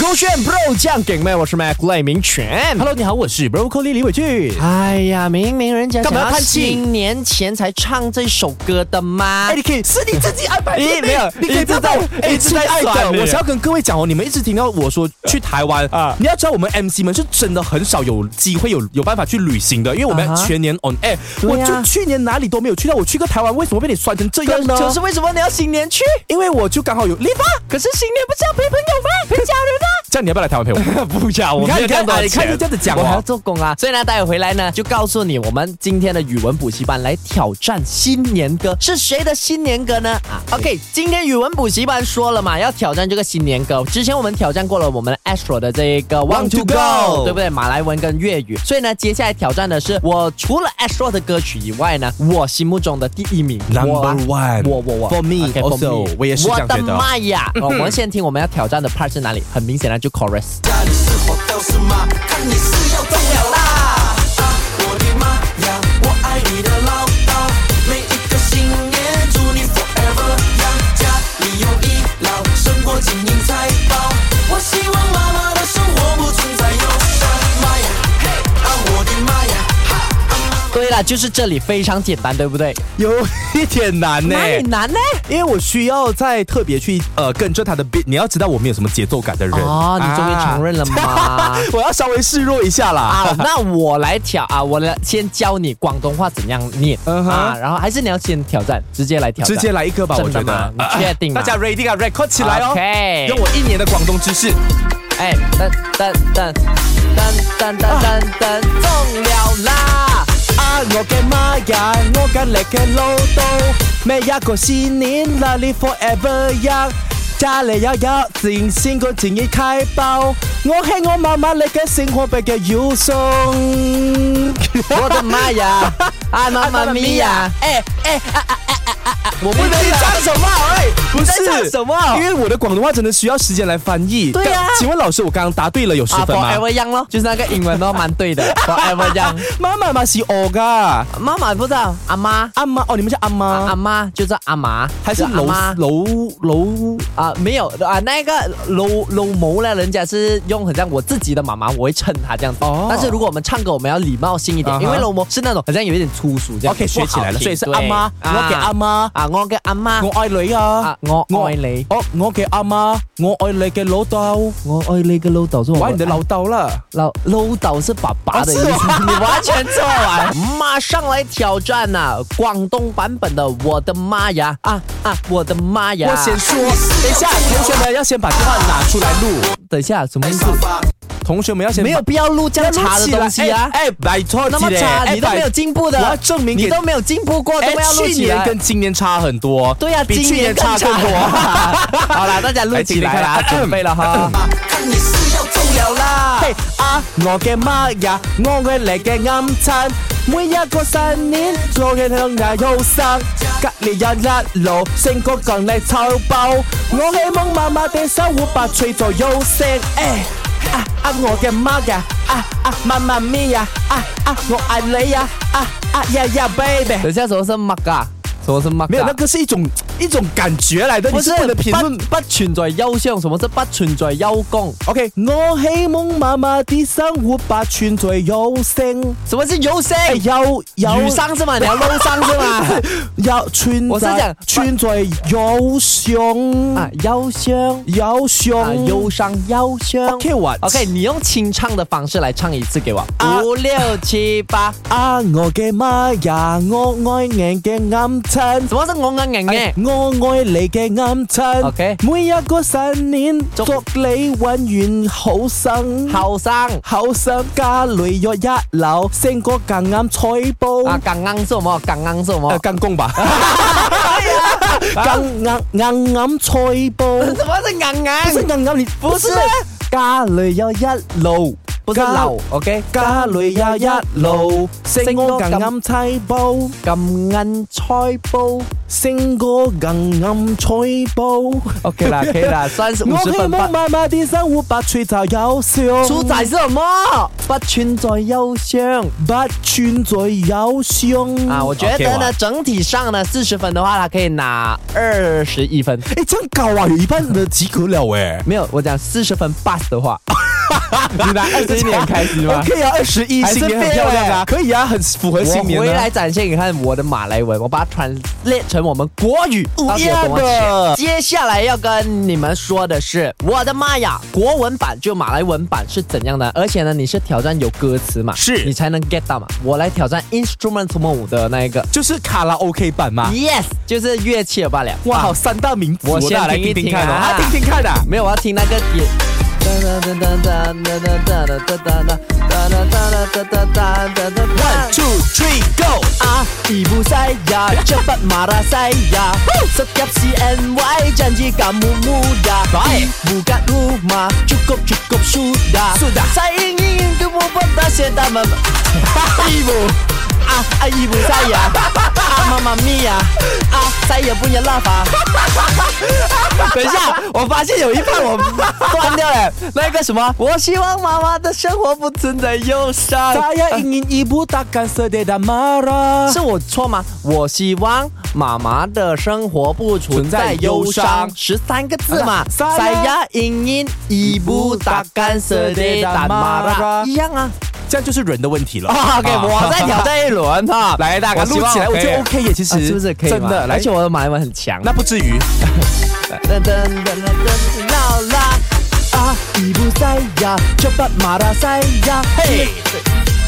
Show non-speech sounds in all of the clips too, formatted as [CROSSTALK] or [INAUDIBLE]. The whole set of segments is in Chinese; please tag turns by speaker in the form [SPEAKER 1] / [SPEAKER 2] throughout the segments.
[SPEAKER 1] 勾选 Bro 酱给妹，我是 Mac 赖明全。
[SPEAKER 2] Hello，你好，我是 Broccoli 李伟俊。
[SPEAKER 1] 哎呀，
[SPEAKER 2] 明明人家
[SPEAKER 1] 干嘛
[SPEAKER 2] 想要
[SPEAKER 1] 叹气
[SPEAKER 2] 新年前才唱这首歌的吗
[SPEAKER 1] 哎，？你可以是你自己安排
[SPEAKER 2] 咦哎没有
[SPEAKER 1] 你可以
[SPEAKER 2] 一直
[SPEAKER 1] 知道
[SPEAKER 2] 在
[SPEAKER 1] 哎
[SPEAKER 2] 一直在
[SPEAKER 1] 亲爱的。
[SPEAKER 2] 算你
[SPEAKER 1] 我想要跟各位讲哦，你们一直听到我说去台湾
[SPEAKER 2] 啊
[SPEAKER 1] 你要知道我们 MC 们是真的很少有机会有有办法去旅行的，因为我们
[SPEAKER 2] 啊哈
[SPEAKER 1] 全年 on air。
[SPEAKER 2] 对啊
[SPEAKER 1] 我
[SPEAKER 2] 呀
[SPEAKER 1] 就去年哪里都没有去到，我去个台湾，为什么被你酸成这样呢？
[SPEAKER 2] 可是为什么你要新年去？
[SPEAKER 1] 因为我就刚好有立吧，
[SPEAKER 2] 可是新年不是要陪朋友吗？陪家人吗？
[SPEAKER 1] 这样你要不要来台湾陪
[SPEAKER 2] [LAUGHS]
[SPEAKER 1] 我？不要，
[SPEAKER 2] 我
[SPEAKER 1] 你看你
[SPEAKER 2] 没
[SPEAKER 1] 看
[SPEAKER 2] 有这样多
[SPEAKER 1] 啊
[SPEAKER 2] 的
[SPEAKER 1] 你看
[SPEAKER 2] 钱
[SPEAKER 1] 就这样子讲
[SPEAKER 2] 我还要
[SPEAKER 1] 哦。
[SPEAKER 2] 做工啊，所以呢，待会回来呢，就告诉你我们今天的语文补习班来挑战新年歌，是谁的新年歌呢？啊，OK，今天语文补习班说了嘛，要挑战这个新年歌。之前我们挑战过了我们 Astro 的这个 Want to
[SPEAKER 1] to Go
[SPEAKER 2] Go，对不对？马来文跟粤语，所以呢，接下来挑战的是我除了 Astro 的歌曲以外呢，我心目中的第一名
[SPEAKER 1] Number
[SPEAKER 2] 我啊
[SPEAKER 1] one
[SPEAKER 2] 我我我
[SPEAKER 1] For me
[SPEAKER 2] OK，for
[SPEAKER 1] also，
[SPEAKER 2] me
[SPEAKER 1] 我也是这样觉
[SPEAKER 2] 我
[SPEAKER 1] 得
[SPEAKER 2] 的妈呀！哦我们先听我们要挑战的 part 是哪里？很明显呢，就 chorus。对啦，就是这里非常简单，对不对？
[SPEAKER 1] 有一点难呢、
[SPEAKER 2] 哪里难呢？
[SPEAKER 1] 因为我需要再特别去呃跟着他的 beat，你要知道我们有什么节奏感的人
[SPEAKER 2] 哦，你终于承认了吗？啊
[SPEAKER 1] [LAUGHS] 我要稍微示弱一下啦。 [LAUGHS]
[SPEAKER 2] 那我来挑啊，我来先教你广东话怎样念、
[SPEAKER 1] 嗯哼
[SPEAKER 2] 啊，然后还是你要先挑战，直接来挑战，
[SPEAKER 1] 直接来一个吧，我觉
[SPEAKER 2] 真的
[SPEAKER 1] 得啊
[SPEAKER 2] 吗。你确定吗
[SPEAKER 1] 大家 ready 啊，record 起来哦
[SPEAKER 2] OK
[SPEAKER 1] 用我一年的广东知识，
[SPEAKER 2] 哎，噔噔噔噔噔噔噔噔，中了啦！
[SPEAKER 1] 啊，我嘅妈呀，我嘅力嘅老豆，每一個新年那里 forever young，家裏有有錢先個錢已開包，我係我媽媽你嘅生活俾嘅要送。[LAUGHS]
[SPEAKER 2] 我的妈呀！啊妈妈咪呀！哎哎啊啊啊啊啊啊！我不
[SPEAKER 1] 你
[SPEAKER 2] 能
[SPEAKER 1] 在
[SPEAKER 2] 打
[SPEAKER 1] 唱什么？哎，不
[SPEAKER 2] 在唱
[SPEAKER 1] 是
[SPEAKER 2] 什么
[SPEAKER 1] 因为我的广东话真的需要时间来翻译。
[SPEAKER 2] 对啊呀
[SPEAKER 1] 但请问老师，我刚刚答对了有十
[SPEAKER 2] 啊
[SPEAKER 1] 分吗？
[SPEAKER 2] ，Forever
[SPEAKER 1] [LAUGHS]
[SPEAKER 2] Young 咯，就是那个英文都蛮对的，Forever Young。
[SPEAKER 1] 妈妈嘛是我噶，
[SPEAKER 2] 妈妈不知道，阿妈
[SPEAKER 1] 阿妈哦，你们叫阿
[SPEAKER 2] 啊
[SPEAKER 1] 妈
[SPEAKER 2] 阿妈就是阿妈，
[SPEAKER 1] 还是
[SPEAKER 2] 就阿
[SPEAKER 1] 楼
[SPEAKER 2] 妈
[SPEAKER 1] 楼楼？
[SPEAKER 2] 啊？没有啊，那个楼楼某呢，人家是用很像我自己的妈妈，我会称她这样子。
[SPEAKER 1] 哦
[SPEAKER 2] 但是如果我们唱歌，我们要礼貌性一点
[SPEAKER 1] 啊哈
[SPEAKER 2] 因为楼某是那种好像有一点粗俗这样。
[SPEAKER 1] 哦 OK，学起来了，所以是阿妈，我给
[SPEAKER 2] 给
[SPEAKER 1] 阿妈，
[SPEAKER 2] 啊，我嘅阿妈
[SPEAKER 1] 我，爱你啊
[SPEAKER 2] 啊，我爱你
[SPEAKER 1] 哦，我嘅阿妈，我爱你嘅老豆，
[SPEAKER 2] 我爱你嘅老豆，是
[SPEAKER 1] 我爱你的老豆啦。
[SPEAKER 2] 老搂倒是爸爸的意
[SPEAKER 1] 啊
[SPEAKER 2] 思，
[SPEAKER 1] 是 [LAUGHS] 吗
[SPEAKER 2] 你完全错完。马上来挑战呐、广东版本的《我的妈呀》啊啊，我的妈呀！
[SPEAKER 1] 我先说，等一下，同学们要先把电话拿出来录，
[SPEAKER 2] 等一下，什么意思？
[SPEAKER 1] 同学们要先
[SPEAKER 2] 没有必要录这
[SPEAKER 1] 要
[SPEAKER 2] 样
[SPEAKER 1] 录
[SPEAKER 2] 差的
[SPEAKER 1] 起来
[SPEAKER 2] 东西啊！
[SPEAKER 1] 哎，哎摆错
[SPEAKER 2] 那么
[SPEAKER 1] 起来
[SPEAKER 2] 差，
[SPEAKER 1] 哎
[SPEAKER 2] 你都没有
[SPEAKER 1] 摆
[SPEAKER 2] 进步的，
[SPEAKER 1] 我要证明给
[SPEAKER 2] 你都没有进步过，都
[SPEAKER 1] 哎
[SPEAKER 2] 没有录
[SPEAKER 1] 去
[SPEAKER 2] 起
[SPEAKER 1] 年
[SPEAKER 2] 来。
[SPEAKER 1] 跟今年差很多，
[SPEAKER 2] 对呀、
[SPEAKER 1] 比
[SPEAKER 2] 今
[SPEAKER 1] 去年
[SPEAKER 2] 年更
[SPEAKER 1] 差更多。
[SPEAKER 2] [LAUGHS]
[SPEAKER 1] [LAUGHS]
[SPEAKER 2] 好啦，大家录
[SPEAKER 1] 来
[SPEAKER 2] 起
[SPEAKER 1] 听听
[SPEAKER 2] 来啦，
[SPEAKER 1] 看啊
[SPEAKER 2] 准备了哈。
[SPEAKER 1] 嘿啊，我嘅妈呀，我嘅嚟嘅暗餐，每一個新年我嘅向牙又生，隔離有一路升個更嚟臭爆，我希望媽媽嘅生活百趣在優勝。哎啊啊我嘅媽呀，啊啊媽媽咪呀，啊啊我愛你呀，啊啊呀呀 à, dạ, baby。Dạ.
[SPEAKER 2] 等一下，什么是 mark 啊？什么是 mark？、啊、
[SPEAKER 1] 没有，那个是一种一种感觉来的，你
[SPEAKER 2] 不
[SPEAKER 1] 是
[SPEAKER 2] 是
[SPEAKER 1] 不能评论。
[SPEAKER 2] 不不存在优相，什么是不存在优功？
[SPEAKER 1] OK，我希望媽媽啲生活百串在有聲，
[SPEAKER 2] 什么是优胜？
[SPEAKER 1] 哎有有
[SPEAKER 2] 有伤是吗？你要漏伤是
[SPEAKER 1] [LAUGHS]
[SPEAKER 2] 吗？
[SPEAKER 1] 有串
[SPEAKER 2] 我是
[SPEAKER 1] 在
[SPEAKER 2] 讲
[SPEAKER 1] 串在有相
[SPEAKER 2] 啊，忧伤
[SPEAKER 1] 有
[SPEAKER 2] 啊，
[SPEAKER 1] 相
[SPEAKER 2] 忧伤，忧伤。
[SPEAKER 1] OK 我
[SPEAKER 2] OK，你用清唱的方式来唱一次给我
[SPEAKER 1] 啊，
[SPEAKER 2] 五六七八。
[SPEAKER 1] 啊我嘅媽呀，我愛你嘅暗親。
[SPEAKER 2] 什么是我啊硬硬嘅？
[SPEAKER 1] 我愛你嘅暗親
[SPEAKER 2] OK
[SPEAKER 1] 每一個新年祝
[SPEAKER 2] 祝
[SPEAKER 1] 你永遠好生。
[SPEAKER 2] 後生
[SPEAKER 1] 後生家裏有一樓，勝過更啱彩布。
[SPEAKER 2] 啊，更硬是什么？更硬是什
[SPEAKER 1] 呃
[SPEAKER 2] 么？
[SPEAKER 1] 更工吧，更硬硬硬菜布，
[SPEAKER 2] Ờ, 什么
[SPEAKER 1] 不
[SPEAKER 2] 是硬
[SPEAKER 1] 是
[SPEAKER 2] 硬？
[SPEAKER 1] 硬硬，你不
[SPEAKER 2] 不是
[SPEAKER 1] 家裏有一路，
[SPEAKER 2] 不不是
[SPEAKER 1] 加
[SPEAKER 2] 老，OK？
[SPEAKER 1] 家裏有一路，升我更啱猜煲，
[SPEAKER 2] 咁啱菜煲
[SPEAKER 1] 升我更啱猜煲。
[SPEAKER 2] ，OK [LAUGHS] 啦，可以啦，算是五
[SPEAKER 1] 我
[SPEAKER 2] 十
[SPEAKER 1] 希
[SPEAKER 2] 分吧
[SPEAKER 1] 望。慢慢地生活，不存在有笑，
[SPEAKER 2] 主宰是什么？不存在忧伤
[SPEAKER 1] 不存在有伤
[SPEAKER 2] 啊！我觉得
[SPEAKER 3] OK
[SPEAKER 2] 呢
[SPEAKER 3] 哇
[SPEAKER 2] 整体上呢，四十分的话，他可以拿二十一分。
[SPEAKER 1] 哎，真高啊，有一半的及格了哎。
[SPEAKER 2] 没有，我讲四十分 pass 的话， [LAUGHS] 你拿二十一年开心吗？
[SPEAKER 1] 可以啊，二十一
[SPEAKER 2] 还是
[SPEAKER 1] 新年很漂亮啊，可以啊，很符合新
[SPEAKER 2] [LAUGHS] 我
[SPEAKER 1] 年
[SPEAKER 2] 回
[SPEAKER 1] 的、
[SPEAKER 2] 来展现给你看我的马来文，我把它 translate 成我们国语，到底有
[SPEAKER 1] 样
[SPEAKER 2] 多么
[SPEAKER 1] 的
[SPEAKER 2] 接下来要跟你们说的是，我的妈呀，国文版就马来文版是怎样的？而且呢，你是挑战有歌词嘛，
[SPEAKER 3] 是
[SPEAKER 2] 你才能 get 到嘛。我来挑战 instrumental 的那一个
[SPEAKER 1] 就是卡拉 OK 版嘛。
[SPEAKER 2] ，yes，就是乐器罢了。
[SPEAKER 1] 哇，
[SPEAKER 2] 啊
[SPEAKER 1] 好三大名词，
[SPEAKER 2] 嗯我
[SPEAKER 1] 大家
[SPEAKER 2] 先
[SPEAKER 1] 来
[SPEAKER 2] 听一
[SPEAKER 1] 听
[SPEAKER 2] 听
[SPEAKER 1] 看哦，
[SPEAKER 2] 啊
[SPEAKER 1] 啊，听听看啊。
[SPEAKER 2] 没有，我要听那个点。
[SPEAKER 1] One two three go，
[SPEAKER 2] 啊，伊布塞呀，这不马拉塞呀，十甲 C N Y 战绩敢木木呀，
[SPEAKER 1] Right
[SPEAKER 2] 不敢乌马，就够就够输呀，
[SPEAKER 1] 输呀
[SPEAKER 2] 塞英英跟我不打些大 [LAUGHS] 妈，伊布啊啊伊布塞呀，啊妈妈咪呀，啊塞也不要拉法。等一下，我发现有一半我断掉了，那个什么，我希望妈妈的生活不存在忧伤。
[SPEAKER 1] 大家一人一步大干涉的大马拉。
[SPEAKER 2] 是我错吗？我希望妈妈的生活不存在忧伤，十三个字嘛。
[SPEAKER 1] Saya
[SPEAKER 2] 塞呀，隐隐一不打干涉的打马拉，一样啊。
[SPEAKER 1] 这样就是人的问题了。
[SPEAKER 2] 啊 OK，
[SPEAKER 1] 啊
[SPEAKER 2] 我再挑战一轮哈，
[SPEAKER 1] 来大家
[SPEAKER 2] 我
[SPEAKER 1] 录
[SPEAKER 2] 希望
[SPEAKER 1] 起来，我觉
[SPEAKER 2] 可以
[SPEAKER 1] 得 OK 耶，其
[SPEAKER 2] 啊
[SPEAKER 1] 实
[SPEAKER 2] 是不是可以嘛
[SPEAKER 1] 真的，
[SPEAKER 2] 而
[SPEAKER 1] 来
[SPEAKER 2] 且，我的马来文很强。
[SPEAKER 1] 那不至于。
[SPEAKER 2] 噔噔噔噔噔闹啦啊！伊不塞呀，这巴马拉塞呀，嘿。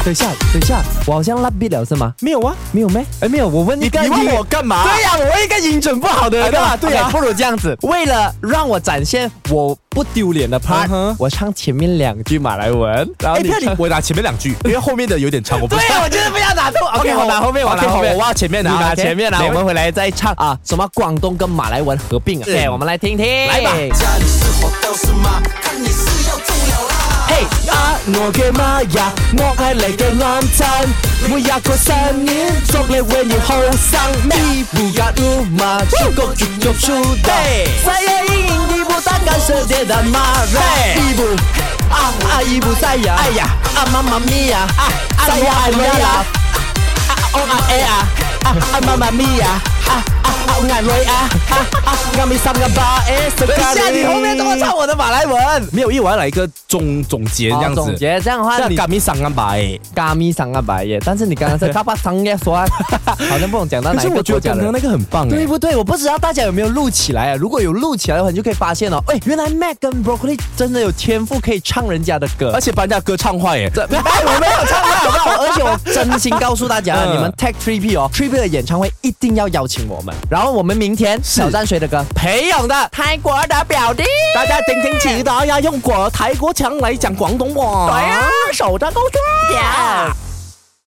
[SPEAKER 2] 等一下，等一下，我好像拉闭了是吗？
[SPEAKER 1] 没有啊，
[SPEAKER 2] 没有没？哎，没有，我问
[SPEAKER 1] 你
[SPEAKER 2] 一个
[SPEAKER 1] 你问
[SPEAKER 2] 音
[SPEAKER 1] 我干嘛？
[SPEAKER 2] 对呀、我问一个音准不好的人干嘛？
[SPEAKER 1] 对呀
[SPEAKER 2] OK，不如这样子，为了让我展现我不丢脸的 part，、
[SPEAKER 1] 嗯哼
[SPEAKER 2] 我唱前面两句马来文，然后
[SPEAKER 1] 哎，
[SPEAKER 2] 你
[SPEAKER 1] 不要
[SPEAKER 2] 唱。
[SPEAKER 1] 你，我打前面两句，因为后面的有点长，我不
[SPEAKER 2] 对。，啊 [LAUGHS] 我就是不要打错。OK，
[SPEAKER 1] OK，
[SPEAKER 2] 我拿后面，我拿
[SPEAKER 1] OK，
[SPEAKER 2] 后面，
[SPEAKER 1] 我挖前面
[SPEAKER 2] 你
[SPEAKER 1] 的啊
[SPEAKER 2] 拿
[SPEAKER 1] OK
[SPEAKER 2] 前面啊，
[SPEAKER 1] 没
[SPEAKER 2] 我
[SPEAKER 1] 问题
[SPEAKER 2] 们回来再唱啊。什么广东跟马来文合并啊？
[SPEAKER 1] 是
[SPEAKER 2] 对，我们来听听。
[SPEAKER 1] 来吧
[SPEAKER 4] 家里是火掉是吗？看你是要中了啦！
[SPEAKER 1] 嘿啊！我嘅媽呀，我愛你嘅安親，每日個新年，祝你永遠好生意。
[SPEAKER 2] 不敢怒骂，就够就够输的。三月阴影，一步单干涉界的马瑞，一步啊啊一步赛呀，哎呀啊妈妈咪呀，啊赛呀哎呀呀，啊哦啊哎呀，啊啊妈妈咪呀，啊啊啊眼泪啊，啊啊我咪三个八哎，等
[SPEAKER 1] 一下你后面怎么唱
[SPEAKER 2] 我的马来文？
[SPEAKER 1] 没有，因为我要来一个总总结这
[SPEAKER 2] 好，
[SPEAKER 1] 样子。
[SPEAKER 2] 总结这样的话，
[SPEAKER 1] 那
[SPEAKER 2] 你
[SPEAKER 1] 嘎咪上安白，
[SPEAKER 2] 嘎咪上个白耶，但是你刚刚在嘎巴桑耶说，好像不懂讲到
[SPEAKER 1] 可
[SPEAKER 2] 哪
[SPEAKER 1] 是
[SPEAKER 2] 一
[SPEAKER 1] 我
[SPEAKER 2] 个
[SPEAKER 1] 觉
[SPEAKER 2] 国
[SPEAKER 1] 得
[SPEAKER 2] 家
[SPEAKER 1] 刚
[SPEAKER 2] 了
[SPEAKER 1] 刚。那个很棒
[SPEAKER 2] 对
[SPEAKER 1] 哎。
[SPEAKER 2] 不对？我不知道大家有没有录起来啊？如果有录起来的话，你就可以发现哦，哎，原来 Mac 跟 Broccoli 真的有天赋可以唱人家的歌
[SPEAKER 1] 而。且把人家歌唱坏耶，
[SPEAKER 2] [LAUGHS] 这呃没有，我没有唱到，好不好？而且我真心告诉大家啊，
[SPEAKER 1] 嗯
[SPEAKER 2] 你们 Tech Three P 哦，Three P 的演唱会一定要邀请我们。然后我们明天挑战谁的歌？裴勇的《泰国的表弟》。
[SPEAKER 1] 大家听听起，大家用国台国腔来讲广东话。
[SPEAKER 2] 啊对啊，守着高中。Yeah